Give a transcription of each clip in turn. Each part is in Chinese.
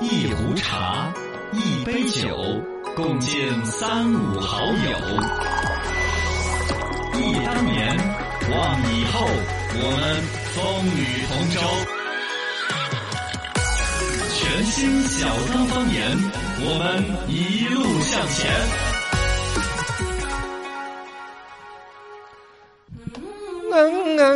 一壶茶，一杯酒，共敬三五好友。忆当年，望以后，我们风雨同舟。全新小刚方言，我们一路向前。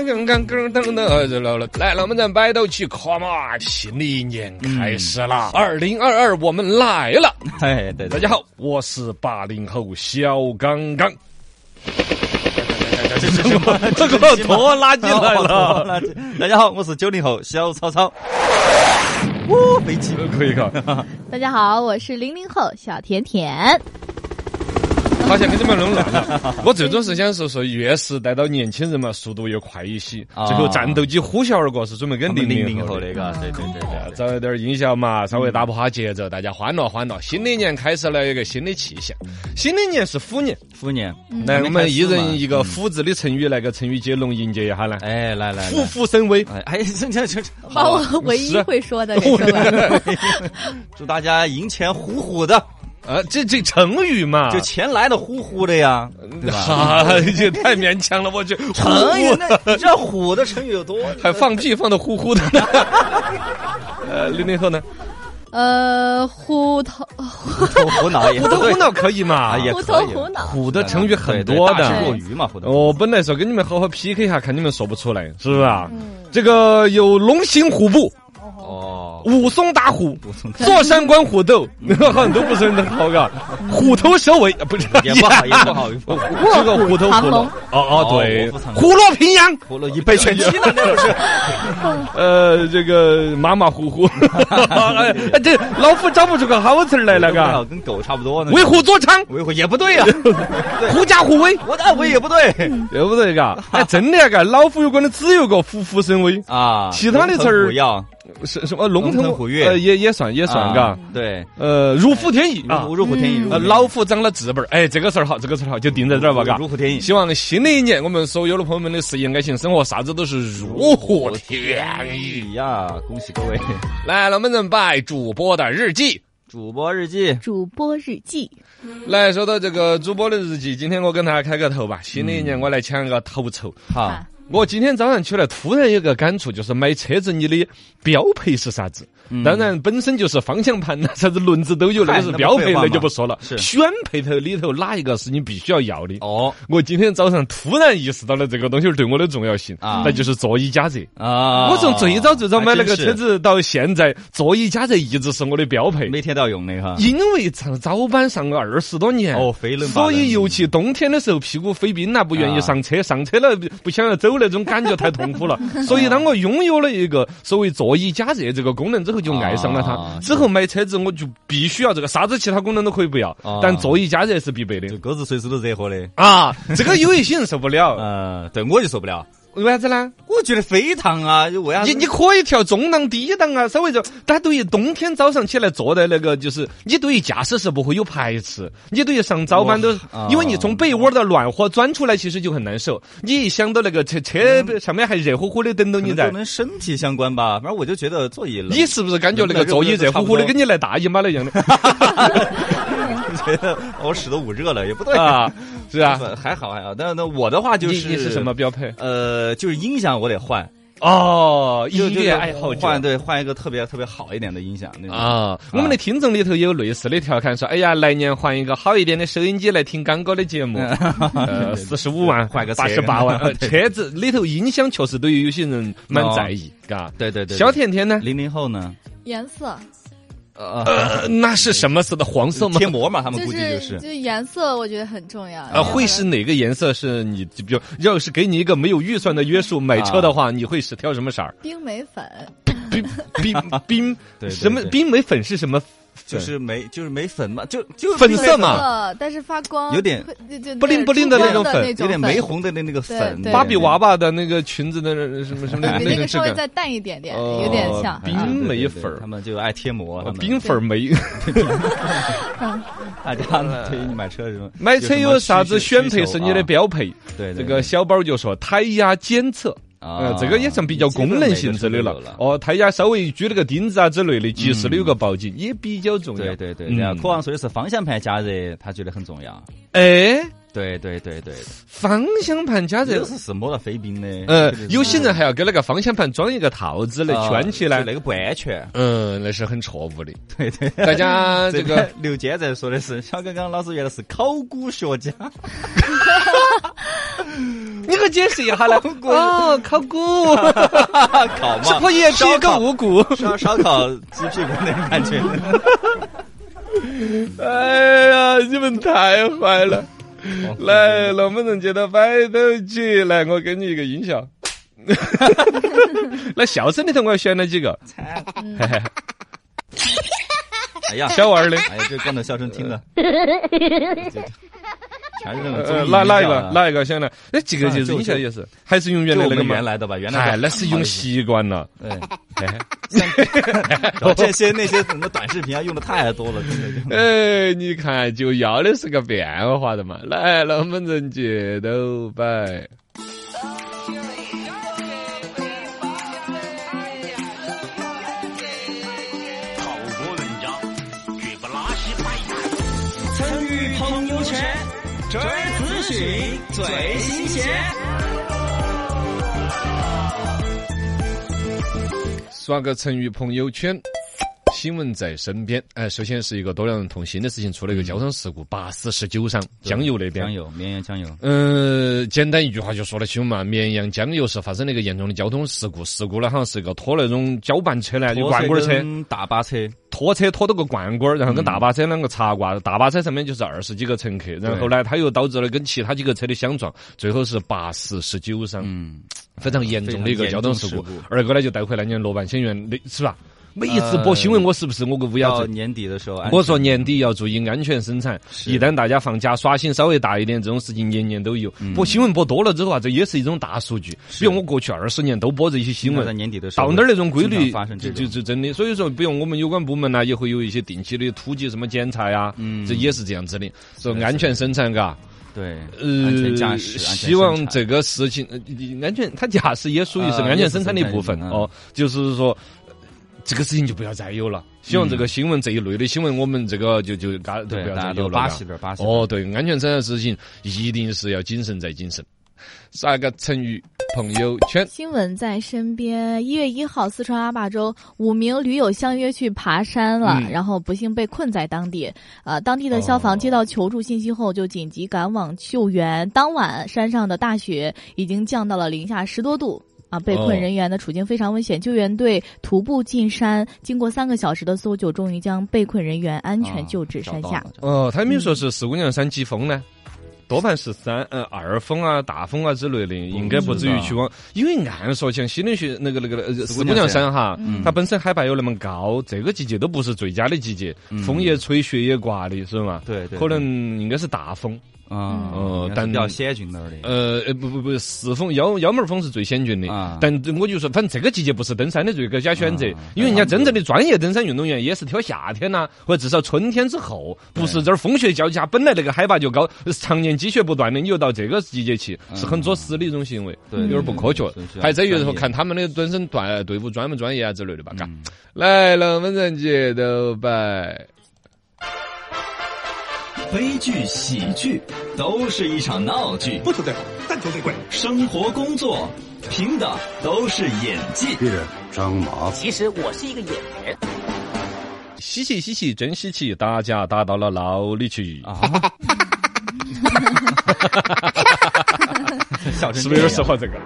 刚刚噔噔噔来了，来，我们咱摆到起，Come on，新的一年开始了，二零二二我们来了。哎，对，大家好，我是八零后小刚刚。这是什么？这个拖拉机来了。 大家好，我是九零后小草草。哦，飞机可以搞。大家好，我是零零后小甜甜。发现跟你们弄乱了。我最终是想是说，越是带到年轻人嘛，速度又快一些。这个战斗机呼啸而过是准备跟零零后的，嘎，对对对对，找一点音效嘛，稍微打破下节奏，大家欢乐欢乐。新的一年开始了一个新的气象，新的一年是虎年，虎年。来，我们一人一个“虎”字的成语，来个成语接龙迎接一下呢。嗯哎，来来，虎虎生威。哎，这这这，把我唯一会说的给说了。祝大家赢钱虎虎的。啊，这这成语嘛，就钱来的呼呼的呀， 对吧？啊、这太勉强了，我去。成语那你知道“虎”的成语有多？还放屁放的呼呼的呢。 呃，零零后呢？呃，虎头虎头虎脑，虎头虎脑可以嘛？也可以。啊虎的成语很多的，过鱼嘛，虎头。我哦本来说跟你们好好 PK 一下，看你们说不出来，是不是啊？这个有龙行虎步。哦，武松打虎，坐山观虎斗， 很都不是很好嘎。虎头蛇尾啊不是也不好，也不好，这个虎头虎脑。哦 哦，对，虎落平阳，虎落一败全鸡了，那不是？呃，这个马马虎 虎，这老夫找不出个好词儿来了， 嘎。跟狗差不多呢。为虎作伥，为虎也不对呀。狐假虎威，我的威也不对，也不对，嘎。哎，真的嘎，老夫有关的只有个虎虎生威啊，其他的词儿。什什么龙腾呃虎跃，也也算也算，嘎，对，呃，如虎添翼啊，如虎添翼，呃，老虎长了智本儿，哎，这个事儿好，这个事儿好，就定在这儿吧，嘎，如虎添翼。希望新的一年，我们所有的朋友们的事业、爱情、生活，啥子都是如虎添翼呀！恭喜各位！来，我们人拜主播的日记，主播日记，主播日记。来说到这个主播的日记，今天我跟大家开个头吧。新的一嗯年，我来抢一个头筹。好。我今天早上起来，突然有个感触，就是买车子你的标配是啥子？嗯当然，本身就是方向盘呐，啥子轮子都有，那个啊是标配，那就不说了。选配头里头哪一个是你必须要要的？哦，我今天早上突然意识到了这个东西对我的重要性，那就是座椅加热啊！我从最早最早买那个车子到现在，座椅加热一直是我的标配，每天都要用的哈。啊因为上早班上了二十多年，哦，飞了，所以尤其冬天的时候屁股飞冰了，不愿意上车，上车了不想要走。那种感觉太痛苦了，所以当我拥有了一个所谓座椅加热这个功能之后，就爱上了它。之后买车子我就必须要这个，啥子其他功能都可以不要，但座椅加热是必备的。鸽子随时都热和的啊，这个有一些人受不了。啊嗯，对我就受不了。为啥子呢？我觉得飞烫啊，为啥？你你可以调中档、低档啊，稍微就。但对于冬天早上起来坐在那个，就是你对于驾驶是不会有排斥，你对于上早班都，哦、因为你从被窝的暖和钻出来，其实就很难受。你一想到那个车车上面还热乎乎的等到你在，嗯可能身体相关吧。反正我就觉得座椅你是不是感觉那个座椅热乎乎的，跟你来大姨妈那样的？觉得 我屎都捂热了也 不对啊，是啊，还好还好。但那我的话就是你是什么标配？呃，就是音响我得换哦，音乐爱好换对换一个特别特别好一点的音响啊。我们的听众里头也有类似的调侃说：“哎呀，来年换一个好一点的收音机来听刚哥的节 目。”呃四十五万换个 八十八万，啊车子里头音响确实对于有些人蛮在意，嘎。对对对。小甜甜呢？零零后呢？颜色。呃，那是什么色的黄色吗？贴膜嘛，他们估计就是就颜色，我觉得很重要。呃，会是哪个颜色？是你比如要是给你一个没有预算的约束，买车的话，你会是挑什么色儿？冰美粉，冰 冰冰什么？冰美粉是什么？就是没就是没粉嘛，就就粉色嘛，但是发光，有点不灵不灵的那种粉，有点玫红的那那个粉，芭比娃娃的那个裙子的什么什么那个稍微再淡一点点，有点啊像嗯冰美粉，哦他们就爱贴膜，冰粉梅。大家对于你买车什 么啊买车有啥子选配是你的标配？啊对这个小宝就说胎压监测。呃，这个也算比较功能性质的了。哦，胎压稍微举了个钉子啊之类的，及时的有个报警也比较重要。对对对，嗯然后渴望说的是方向盘加热，他觉得很重要。哎，对对对对，方向盘加这热个。是是摸了飞冰的。呃，有些些人还要给那个方向盘装一个套子来圈起来啊那，个不安全。嗯，那是很错误的。对对。 大家这个边刘坚在说的是小刚刚老师原来是考古学家， 你给我解释一下 来。哦，考 古，考嘛，我也是一个无辜。烧烧烤鸡屁股那种感觉。 哎呀，你们太坏了！ 来，能不能接到摆头去？来，我给你一个音 效。那笑声里头我还选了几 个，嘿嘿哎呀，小娃儿的。哎呀，这光头笑声听了，全是那种呃，综艺哪哪一调个啊？哪一个选了？哎，这个啊就就是音效就也是，还是用原就来我那个们吗原？来的吧，原来哎，的那是用习惯了。嗯，哎然后 这些那些什么短视频啊，用的太多了，真的就。哎，你看，就要的是个变化的嘛。来，能不能接都摆？好国文章，绝不拉稀摆烂。参与朋友圈，这儿资讯最新鲜。刷个成语朋友圈。新闻在身边，哎，首先是一个多让人痛心的事情，出了一个交通事故，八四十九上江油那边酱。油，绵阳 酱油，嗯、简单一句话就说得清嘛。绵阳江油市发生了一个严重的交通事故，事故呢好像是一个拖那种搅拌车呢，就拖罐罐儿车，跟嗯大巴车，拖车拖到个罐罐儿，然后跟大巴车两个擦挂，大巴车上面就是二十几个乘客，然后呢，它又导致了跟其他几个车的相撞，最后是八死十九伤。嗯，非常严重的一个交通事故非常严重事。呃二个呢，就带回来年罗万仙园的是吧？每一次播新闻，我是不是我个乌鸦到子？年底的时候，我说年底要注意安全生产，是一旦大家放假耍心稍微大一点，这种事情年年都有。播新闻播多了之后啊，这也嗯是一种大数据。比如我过去二十年都播这些新因为闻在，年底的时候到哪儿那种规经律常发生这就就种，就真的，所以说，比如我们有关部门呢，啊也会有一些定期的突击什么检查呀，嗯这也是这样子的。说安全生产，嘎，对，安全驾呃，驶，安全希望生产这个事情，呃你安全，它驾驶也属于是啊安全生产的一也是部分生产一部嗯分哦。就是说，呃这个事情就不要再有了。希望这个新闻这一类的新闻，我们这个就就嘎就对不要大再家有都了巴嘎适。点儿，巴适点儿。哦，对，安全生产的事情一定是要谨慎再谨慎。刷个成语朋友圈，新闻在身边。一月一号，四川阿坝州五名驴友相约去爬山了，嗯然后不幸被困在当地。呃，当地的消防接到求助信息后，就紧急赶往救援。当晚，山上的大雪已经降到了零下十多度。啊，被哦困人员的处境非常危险，救援队徒步进山，经过三个小时的搜救，终于将被困人员安全啊救至山下。，哦，他嗯们说是四姑娘山疾风呢，多半是三呃二风啊、大风啊之类的，应该不至于去往。因为按说像西岭学那个那个呃四四姑娘山姑娘山哈嗯，它本身海拔又那么高，这个季节都不是最佳的季节，风也吹，雪也刮的，是嘛？嗯对对，可能应该是大风，啊，呃应该是但比较险峻那儿的，呃呃不不不，四风幺幺妹风是最险峻的啊。但我就说，反正这个季节不是登山的最佳选择啊，因为人家真正的专业登山运动员也是挑夏天呐，或者至少春天之后，不是这儿风雪交加，本来那个海拔就高，常年积雪不断的，你又到这个季节去，是很作死的一种行为，嗯对有点不科学嗯是。是还在于说专业看他们的本身队队伍专不专业啊之类的嗯吧，嘎。来，能不能接都摆？悲剧、喜剧，都是一场闹剧。不求最好，但求最贵。生活、工作，凭的都是演技。鄙人张麻子，其实我是一个演员。稀奇稀奇，真稀奇！打架打到了牢里去，啊，笑啊成是不是有点适这样合这个？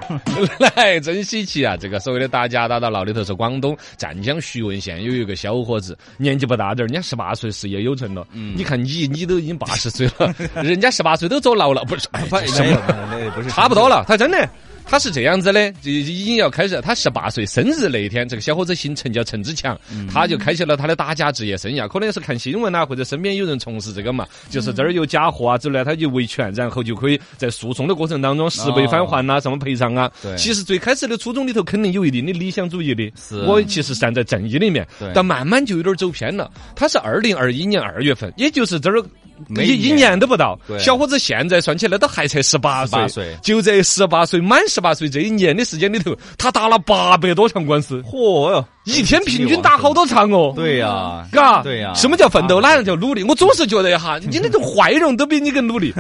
来，真稀奇啊！这个所谓的打架打到牢里头是广东湛江徐闻县有一个小伙子，年纪不大点儿，人家十八岁事业有成了。你看你，你都已经八十岁 了，人家十八岁都坐牢了，不是？哎什没么有，没有不是差不多了，他真的。他是这样子的，就已经要开始。他十八岁生日那一天，这个小伙子姓陈，叫陈志强，嗯他就开启了他的打架职业生涯。可能是看新闻啊，或者身边有人从事这个嘛，就是这儿有假货啊之类的，他就维权，然后就可以在诉讼的过程当中十倍返还呐、什么赔偿啊。哦对其实最开始的初衷里头肯定有一定的理想主义的，是我其实站在正义里面对，但慢慢就有点走偏了。他是二零二一年二月份，也就是这儿没一一年都不到对。小伙子现在算起来都还才十八岁， 18岁就在十八岁满十八岁这一年的时间里头，他打了八百多场官司，嚯哟，一天平均打好多场哦。对呀，嘎，对呀什么叫奋斗？哪样叫努力？我总是觉得哈，你那 种坏人都比你更努力，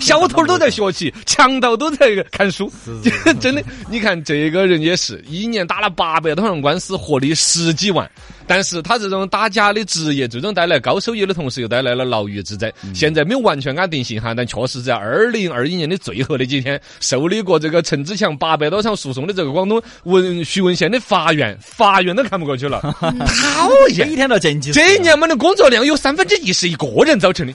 小偷都在学习，强盗都在看书， 真的。你看这个人也是一年打了八百多场官司，获利十几万。但是他这种打假的职业，最终带来高收益的同时，又带来了牢狱之灾。现在没有完全安定性哈，但确实在二零二一年的最后那几天，受理过这个陈志强八百多场诉讼的这个广东文徐闻县的法院，法院都看不过去了，讨厌一。天到剪辑，这一年我们的工作量有三分之一是一个人造成的，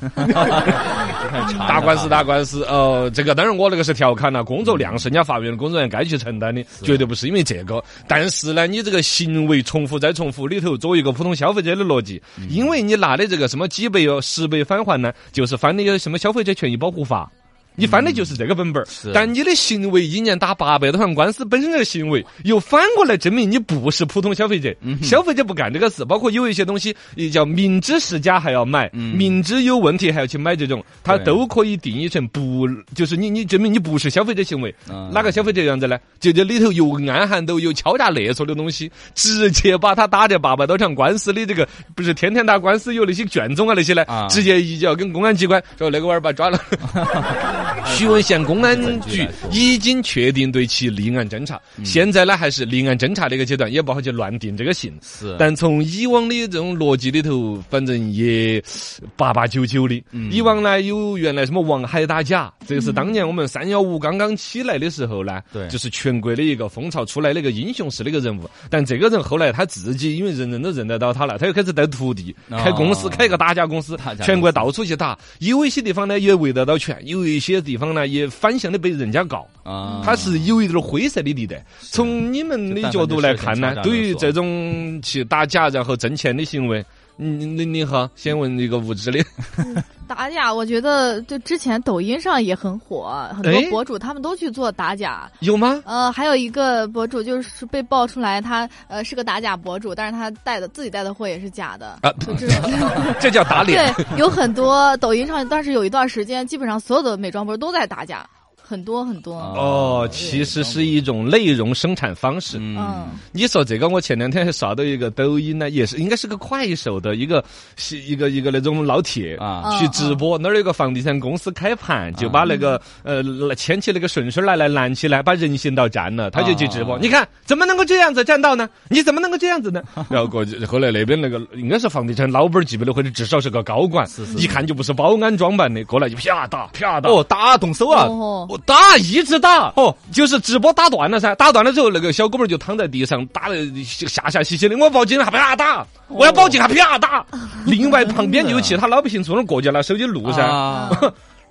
打官司打官司，呃，这个当然我那个是调侃了，工作量是人家法院的工作人员该去承担的，绝对不是因为这个。但是呢，你这个行为重复再重复里头，作为一个普通消费者的逻辑，因为你拿的这个什么几倍哦、十倍返还呢，就是翻的有什么消费者权益保护法。你翻的就是这个本本儿是但你的行为一年打八百多场官司，本身这个行为又反过来证明你不是普通消费者，消费者不干这个事。包括有一些东西也叫明知是假还要买，明知有问题还要去买，这种它对都可以定义成不，就是你你证明你不是消费者行为。嗯哪个消费者样子呢？就这里头又暗含都有敲诈勒索的东西，直接把他打这八百多场官司的这个，不是天天打官司有那些卷宗啊那些呢，啊直接一脚跟公安机关 说那个娃儿把抓了。哎徐闻县公安 局已经确定对其立案侦查，现在呢还是立案侦查的一个阶段，也不好去乱定这个性。是但从以往的这种逻辑里头，反正也八八九九的。嗯以往呢有原来什么王海打假，这个是当年我们三幺五刚刚起来的时候呢，对就是全国的一个风潮出来的一个英雄式的一个人物。但这个人后来他自己因为人人都认得到他了，他又开始带徒弟哦开公司，开一个打假公司打假公，司全国到处去打。有一些地方呢也围得到权，有一些地方呢也反向的被人家告。啊，它是有一点儿灰色的地带。从你们的角度来看呢就但凡，是对涉于嫌这种去打假然后挣钱的行为，你你你好，先问一个无知的，打假，我觉得就之前抖音上也很火，很哎多博主他们都去做打假。有吗？呃，还有一个博主就是被爆出来他呃是个打假博主，但是他带的自己带的货也是假的。啊，就这种 这叫打脸。对，有很多抖音上，但是有一段时间，基本上所有的美妆博主都在打假，很多很多。哦哦，其实是一种内容生产方式。嗯嗯，你说这个，我前两天还刷到一个抖音呢，也是应该是个快手的一个是一个一个那种老铁啊去直播，那儿有个房地产公司开盘，就把那个呃牵起那个顺顺来来拦起来，把人行道占了，他就去直播。啊你看怎么能够这样子占道呢？你怎么能够这样 子呢？然后过去后来那边那个应该是房地产老板级别的，或者至少是个高管是是，一看就不是保安装扮的，过来就啪打啪打。哦，打动手啊，哦，我打一直打，哦，就是直播打断了噻，打断了之后，那个小哥们儿就躺在地上，打的下下兮兮的。我要报警还啪哦打，我要报警还啪打。 另外旁边就有其他老百姓从那儿过去拿手机录噻。啊，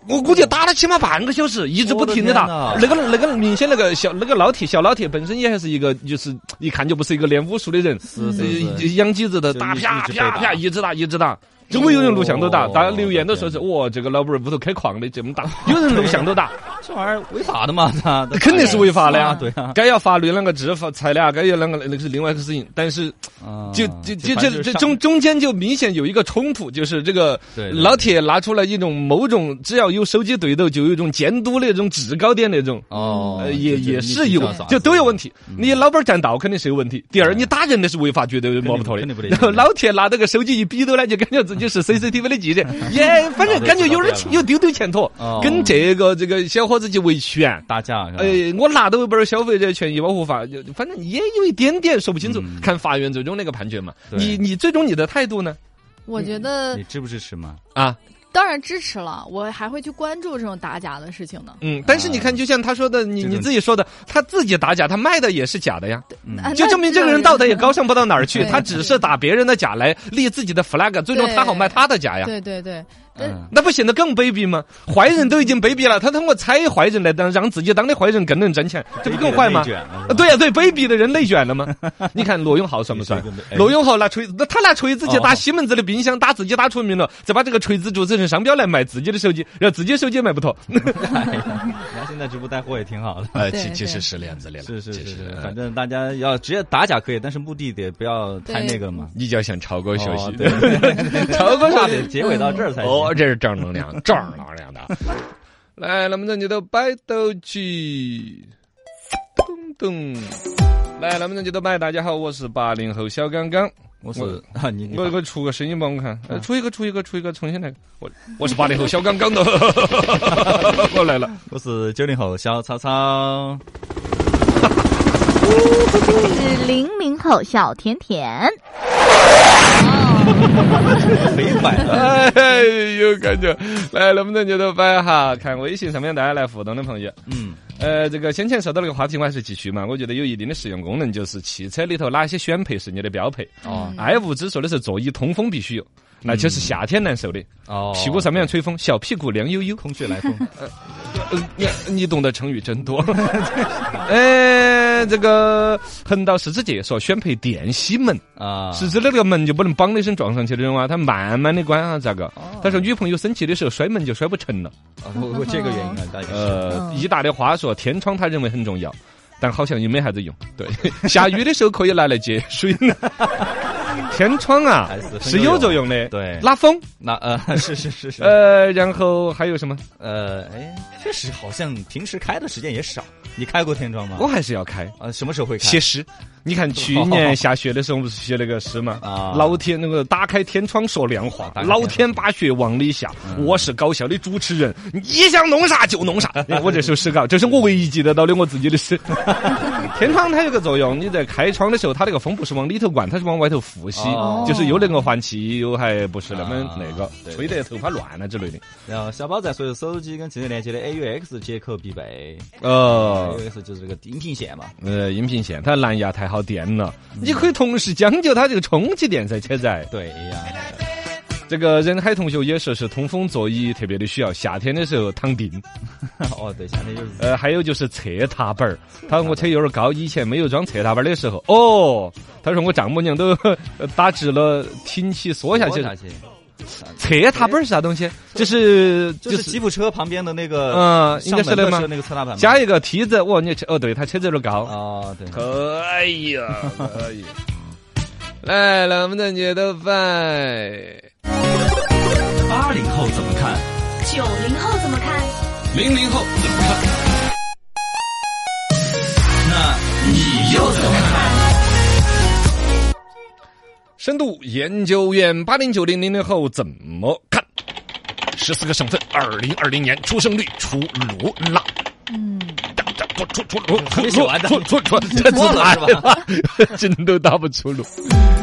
我估计打了起码半个小时，一直不停的打。我那个那个明显那个小那个老铁小老铁本身也还是一个就是一看就不是一个练武术的人，是是是，呃养鸡子的就打一啪一直被啪打啪，一直打一直打。周围有人录像都打，哦大家留言都说我的是哇，这个老板儿屋头开矿的这么打，有人录像都打。 这玩意儿违法的嘛，他那 肯定是违法的呀，对啊，该要法律啷个执法裁的啊，该要啷个那个是另外一个事情，但嗯是啊就就就这这中中间就明显有一个冲突，就是这个对对老铁拿出来一种某种只要有手机对斗，就有一种监督的那种制高点那种。哦呃，也也是有，就都有问题。嗯你老板儿占道肯定是有问题。第二，你打人那是违法，绝对摸不透的肯定不得。嗯然后 老铁拿那个手机一比斗呢，就感觉自 己是 CCTV 的记者，也反正感觉有点儿有丢丢前途哦。跟这个这个小伙子就维权，打架，是吧呃，我拿到一本消费者权益保护法，就反正也有一点点说不清楚，嗯看法院最终那个判决嘛。对你你最终你的态度呢？我觉呃得你支不支持嘛？啊，当然支持了，我还会去关注这种打假的事情呢。嗯，但是你看，就像他说的，你啊这种你自己说的，他自己打假，他卖的也是假的呀，嗯啊就那证明这个人种道德也高尚不到哪儿去，对他只是打别人的假来立自己的 flag，最终他好卖他的假呀。对对对，但嗯那不显得更卑鄙吗？坏人都已经卑鄙了，他通过拆坏人来当让自己当的坏人更能挣钱，这不更坏吗内？卷了是吧啊，对呀、对，卑鄙的人内卷了吗？你看罗永浩算不算你是一个？哎罗永浩拿锤子，那他拿锤子去打哦西门子的冰箱，打自己打出名了，再把这个锤子注册成商标来卖自己的手机，然后自己手机也卖不脱。哎呀人家现在直播带货也挺好的。呃对其其实对是那样子的是是是是，呃反正大家要直接打假可以，但是目的得不要太那个了嘛。你就要向超哥学哦 习，对，超哥话说得的。结尾到这儿才行。哦，这是正能量， 正能量的。来，那么咱就到摆斗去，咚咚。来，那么咱就到摆。大家好，我是八零后小刚刚。我是啊，你你我我出个声音帮我看，呃出一个，出一个，出一个，重新来个。我我是八零后小刚 刚的，我来了。我是九零后小曹操，是零零后小甜甜。肥版 的。哎，有感觉。来，能不能就都摆哈？看微信上面大家来互动的朋友。嗯，呃，这个先前说到那个话题，我还是继续嘛。我觉得有一定的实用功能，就是汽车里头哪些选配是你的标配。哦爱物之说的是座椅通风必须有，那就是夏天难受的，哦，屁股上面吹风，小屁股凉悠悠。空穴来 风，呃，你你懂得成语真 多。哎，这个横道世之介说选配电吸门，啊，是指那个门就不能梆的一声撞上去的种啊，他慢慢的关啊，咋个？哦他说女朋友生气的时候摔门就摔不成了。啊我我这个原因啊，大家呃，嗯意大利话说天窗他认为很重要，但好像也没啥子用。 对，下雨的时候可以拿来接水呢。天窗啊还是很有是有作用的，对拉风。那呃 是是是是呃，然后还有什么？呃哎，确实好像平时开的时间也少。你开过天窗吗我？还是要开。啊，什么时候会开写？诗。你看去 年下雪的时候，我们不是写那个诗嘛？啊老天那个打开天窗说亮话，打开天窗嗯老天把雪往里下，我是搞笑的主持人，你想弄啥就弄 啥。哎我这首诗稿，这是我唯一记得到的我自己的诗。天窗它有个作用，你在开窗的时候，它那个风不是往里头灌，它是往外头呼吸，哦就是又能够换气，又还不是那么啊那个对吹得头发乱啊了之类的。然后呃小宝在所有手机跟汽车连接的 AUX 接口必备呃， ，AUX 就是这个音频线嘛。呃，音频线，它蓝牙太好电了，嗯你可以同时将就它这个充气电噻，车载。对哎呀， 这个任海同学也说是通风座椅特别的需要，夏天的时候躺定。哦对，夏天就是呃，还有就是侧踏板儿，他说我车有点高，以前没有装侧踏板儿的时候，哦，他说我丈母娘都呃打直了，挺起缩下去下了。去，侧踏板儿是啥东西？就是就就是是吉普车旁边的那个，嗯应该是那那吗那个侧踏板吗加一个梯子，哇，你车哦，对，他车子有点高。哦，对，可以啊，可以。来，能不能觉得拜？八零后怎么看？九零后怎么看？零零后怎么看？那你又怎么看？深度研究院八零九零零零后怎么看？十四个省份，二零二零年出生率出炉了。嗯，出出出出还出没写完呢出出出，这出忘了来是吧了，真都打不出路。呃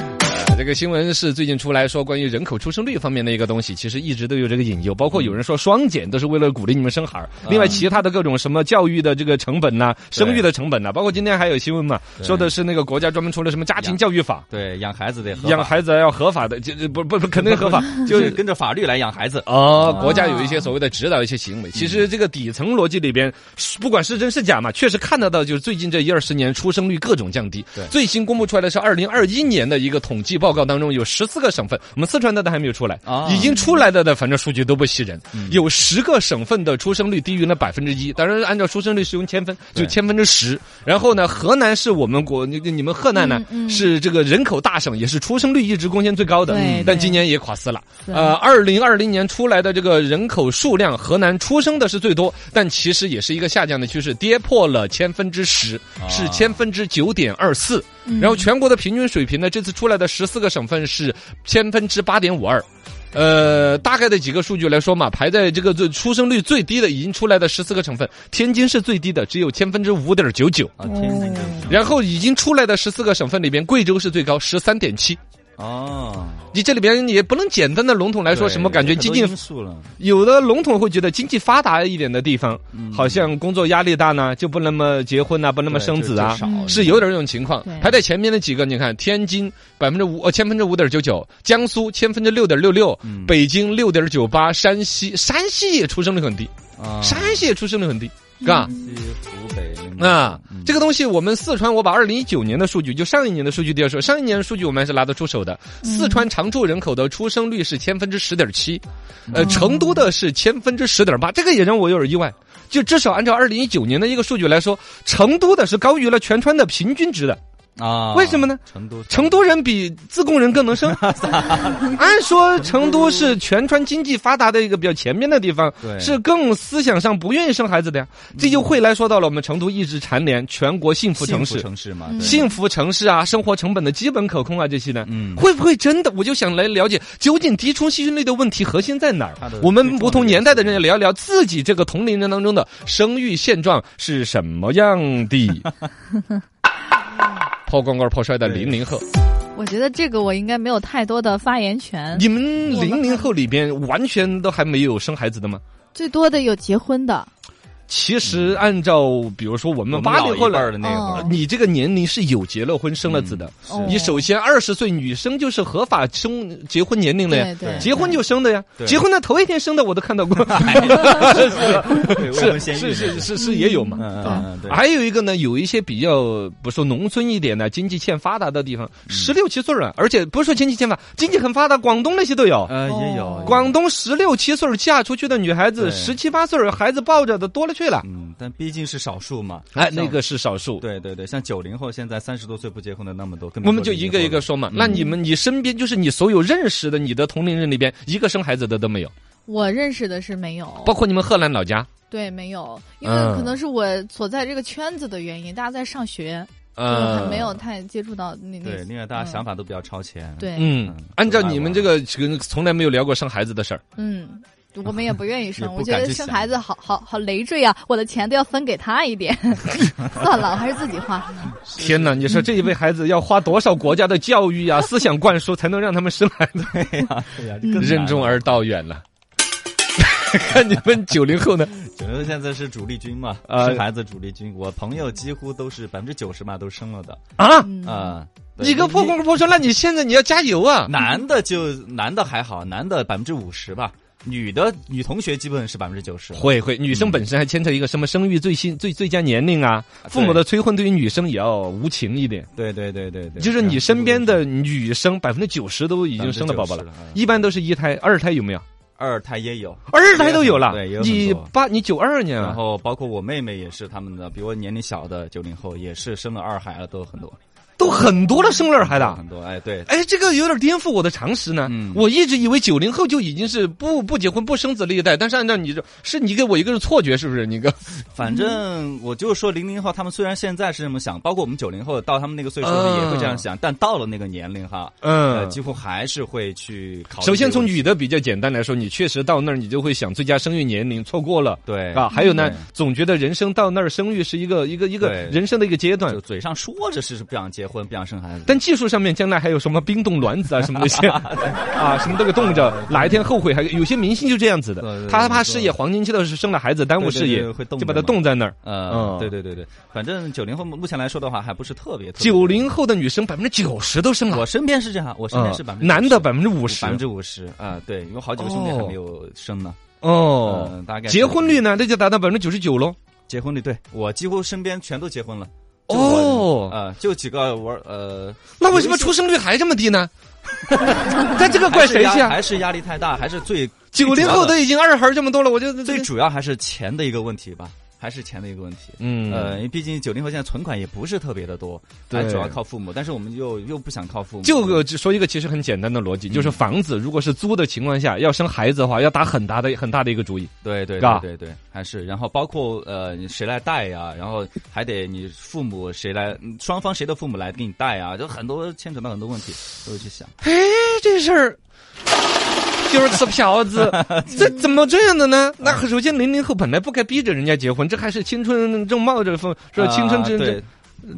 这个新闻是最近出来说关于人口出生率方面的一个东西，其实一直都有这个隐忧，包括有人说双减都是为了鼓励你们生孩儿，另外其他的各种什么教育的这个成本呐、生育的成本呐、包括今天还有新闻嘛，对说的是那个国家专门出了什么家庭教育法，对，养孩子得合法养孩子要合法的，就就不不不肯定 合法，就就是是。跟着法律来养 孩子。哦，国家有一些所谓的指导一些行为，其实这个底层逻辑里边，不管是真是假嘛，确实看得到，就是最近这一二十年出生率各种降低对。最新公布出来的是二零二一年的一个统计报告当中，有十四个省份，我们四川的都还没有出来啊，已经出来的的，反正数据都不喜人，有十个省份的出生率低于了百分之一，当然按照出生率是用千分，就对千分之十。然后呢，河南是我们国，你你们河南呢嗯嗯是这个人口大省，也是出生率一直贡献最高的对，但对今年也垮死了。对呃，二零二零年出来的这个人口数量，河南出生的是最多，但其实也是一个下降的趋势，跌破了千分之十，是千分之九点二四。然后全国的平均水平呢，这次出来的十四个省份是千分之八点五二。呃，大概的几个数据来说嘛，排在这个最出生率最低的已经出来的十四个省份，天津是最低的，只有千分之五点九九。啊，天津的然后已经出来的十四个省份里边，贵州是最高，十三点七。哦，你这里边也不能简单的笼统来说对什么，感觉很多经济因素了，有的笼统会觉得经济发达一点的地方，嗯嗯好像工作压力大呢，就不那么结婚呐、不那那么生子啊，嗯是有点这种情况对。排在前面的几个，你看天津百分之五，呃，千分之五点九九，江苏千分之六点六六，嗯北京六点九八，山西山西也出生率很低，啊，嗯山西也出生率很低，嘎。嗯西湖北啊，这个个东西我们四川，我把二零一九年的数据，就上一年的数据第二说，上一年的数据我们还是拿得出手的。四川常住人口的出生率是千分之十点七，呃，成都的是千分之十点八，这个也让我有点意外。就至少按照二零一九年的一个数据来说，成都的是高于了全川的平均值的。啊为什么呢成都，成都人比自贡人更能 生。按说成都是全川经济发达的一个比较前面的地方，对嗯是更思想上不愿意生孩子的呀。这就会来说到了我们成都一直蝉联全国幸福城幸福市。城市嘛，对幸福城市啊，生活成本的基本可控啊，这些呢，嗯会不会真的？我就想来了解，究竟低出生育率的问题核心在哪儿它的？我们最重要的不同年代的人也聊一聊自己这个同龄人当中的生育现状是什么样 的。破罐罐破摔的零零后，我觉得这个我应该没有太多的发言权，你们零零后里边完全都还没有生孩子的吗？最多的有结婚的，其实按照比如说我我们们八老零一后辈儿了，的那会儿哦，你这个年龄是有结了婚生了子的。哦嗯你首先二十岁女生就是合法生结婚年龄了对呀，对，结婚就生的呀，对结婚的头一天生的我都看到 过，对未婚先是孕那是啊个是是也有嘛。嗯嗯嗯，对，还有一个呢，有一些比较不说农村一点的，经济欠发达的地方，十六七岁儿啊，而且不是说经济欠发，经济很发达，广东那些都有。呃也有广东十六七岁儿嫁出去的女孩子，对十七八岁儿孩子抱着的多了去了。嗯，但毕竟是少数嘛，哎，像那个是少数。对对对，像九零后现在三十多岁不结婚的那么多，更别我们就说一零个零一后个了说嘛。那你们，你身边就是你所有认识的你的同龄人里边，一个生孩子的都没有，我认识的是没有，包括你们荷兰老家。对没有，因为嗯可能是我所在这个圈子的原因，大家在上学，就呃，嗯还没有。太接触到那那对，另外大家想法，法都比较超前，对，嗯嗯，按照你们这个，这个从来没有聊过生孩子的事儿。嗯，我们也不愿意生， 也我不觉敢得去生想孩子好好好累赘啊，我的钱都要分给他 一点，算了，我还是自己花。天哪，你说这一位孩子要花多少国家的教育 啊、思想灌输，才能让他们生孩子？ 对呀对呀， 任重而道远了。 看你们九零后呢，九零后现在是主力军嘛，呃生孩子主力军，我朋友几乎都是百分之九十嘛都生了的啊，嗯，啊，对你个破罐罐破摔，那你现在你要加油啊！男的就男的还好，男的百分之五十吧，女的女同学基本是百分之九十。会会，女生本身还牵扯一个什么生育最新最最佳年龄啊，父母的催婚对于女生也要无情一点。对对对对对，就是你身边的女生百分之九十都已经生了宝宝了90%了，嗯一般都是一胎，二胎有没有？二胎也有，二胎都有了对也有，很你多八你九二年然啊，后包括我妹妹也是，他们的比我年龄小的九零后也是生了二孩了，都有很多，都很多了，生了二胎的。很多哎对，哎，这个有点颠覆我的常识呢。嗯我一直以为九零后就已经是不不结婚不生子那一代，但是按照你这，是你给我一个错觉，是不是？你个反正我就说零零后他们虽然现在是这么想，包括我们九零后到他们那个岁数也会这样想，但到了那个年龄哈，呃，嗯几乎还是会去考首虑这个问题。先从女的比较简单来说，你确实到那儿你就会想最佳生育年龄错过了。对啊，还有呢哎对，总觉得人生到那儿生育是一个一个一个对人生的一个阶段就。嘴上说着是是不想结婚，不想生孩子，嗯但技术上面将来还有什么冰冻卵子啊什么那 些啊什么都给冻着，哪一天后悔还有些明星就这样子对的，对他没怕错事业黄金期的时候生了孩子耽误对对事业对对会，冻就把着它嘛冻在那儿。呃嗯，对对对对，反正九零后目前来说的话，还不是特别特别九，零啊后的女生百分之九十都生了啊我，身边是这样，我身边是百分之男的百分之五十百分之五十啊，对，有好几个兄弟还没有生呢，哦嗯，大概是结婚率呢那就达到百分之九十九喽。结婚率，对我几乎身边全都结婚了。就我哦，呃，就几个我呃，那为什么出生率还这么低 呢？但这个怪谁还是去压啊？还是压力太大，还是最九零后都已经二孩这么多了，我就最主要还是钱的一个问题吧，还是钱的一个问题。嗯呃，因为毕竟九零后现在存款也不是特别的多，还对主要靠父母，但是我们又又不想靠父母，就个只说一个其实很简单的逻辑，就是房子如果是租的情况下，要生孩子的话，要打很大的很大的一个主意。对对是吧对对对，还是然后包括呃你谁来带呀、然后还得你父母谁来，嗯双方谁的父母来给你带啊，就很多牵扯到很多问题，都会去想。哎，这事儿就是吃票子， 这怎么这样的呢？那首先零零后本来不该逼着人家结婚，这还是青春正茂这风，说青春啊正对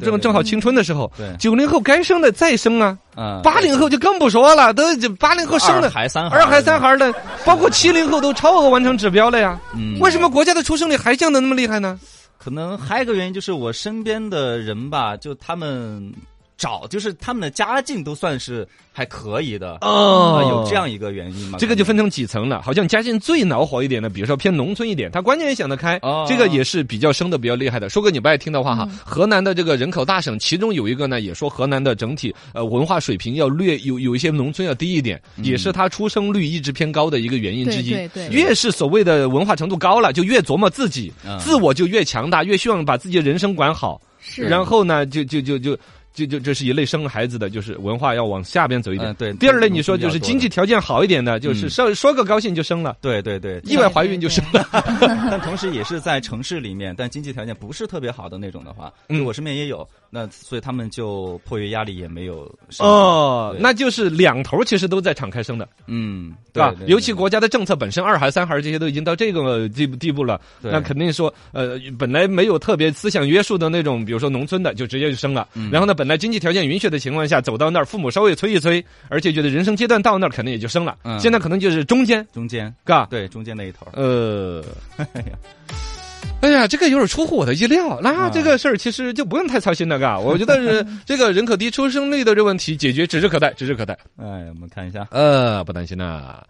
正正正好青春的时候对。九零后该生的再生嗯啊，嗯，八零后就更不说了，都八零后生二的。孩三孩二孩、三，孩的，包括七零后都超额完成指标了呀。嗯，为什么国家的出生率还降的那么厉害呢？可能还有一个原因就是我身边的人吧，就他们找，就是他们的家境都算是还可以的，哦啊有这样一个原因嘛？这个可能就分成几层了，好像家境最恼火一点的，比如说偏农村一点，他观念也想得开，哦这个也是比较生的比较厉害的。嗯说个你不爱听的话哈，河南的这个人口大省，其中有一个呢，也说河南的整体呃文化水平要略有有一些农村要低一点，也是他出生率一直偏高的一个原因之一。嗯对对对越是所谓的文化程度高了，就越琢磨自己，嗯自我就越强大，越希望把自己的人生管好。是，然后呢，就就就就就就这是一类生孩子的，就是文化要往下边走一点。嗯对第二类农你说村就比较是多经济条件好一点的，就是嗯说说个高兴就生了，对对对， 意外怀孕就生了。但同时也是在城市里面，但经济条件不是特别好的那种的话，嗯嗯，我身边也有，那所以他们就迫于压力也没有生哦，对那就是两头其实都在敞开生的，嗯，对吧？对啊尤其国家的政策本身，二孩、三孩这些都已经到这个地步地步了，对那肯定说，呃，本来没有特别思想约束的那种，比如说农村的，就直接就生了。嗯然后呢，本来经济条件允许的情况下，走到那儿，父母稍微催一催，而且觉得人生阶段到那儿，肯定也就生了。嗯现在可能就是中间，中间，嘎，对中间那一头， 呃，哎呀，这个有点出乎我的意料。那啊这个事儿其实就不用太操心了，嘎。我觉得 是这个人口低出生率的这问题解决指日可待，指日可待。哎，我们看一下，呃，不担心啦、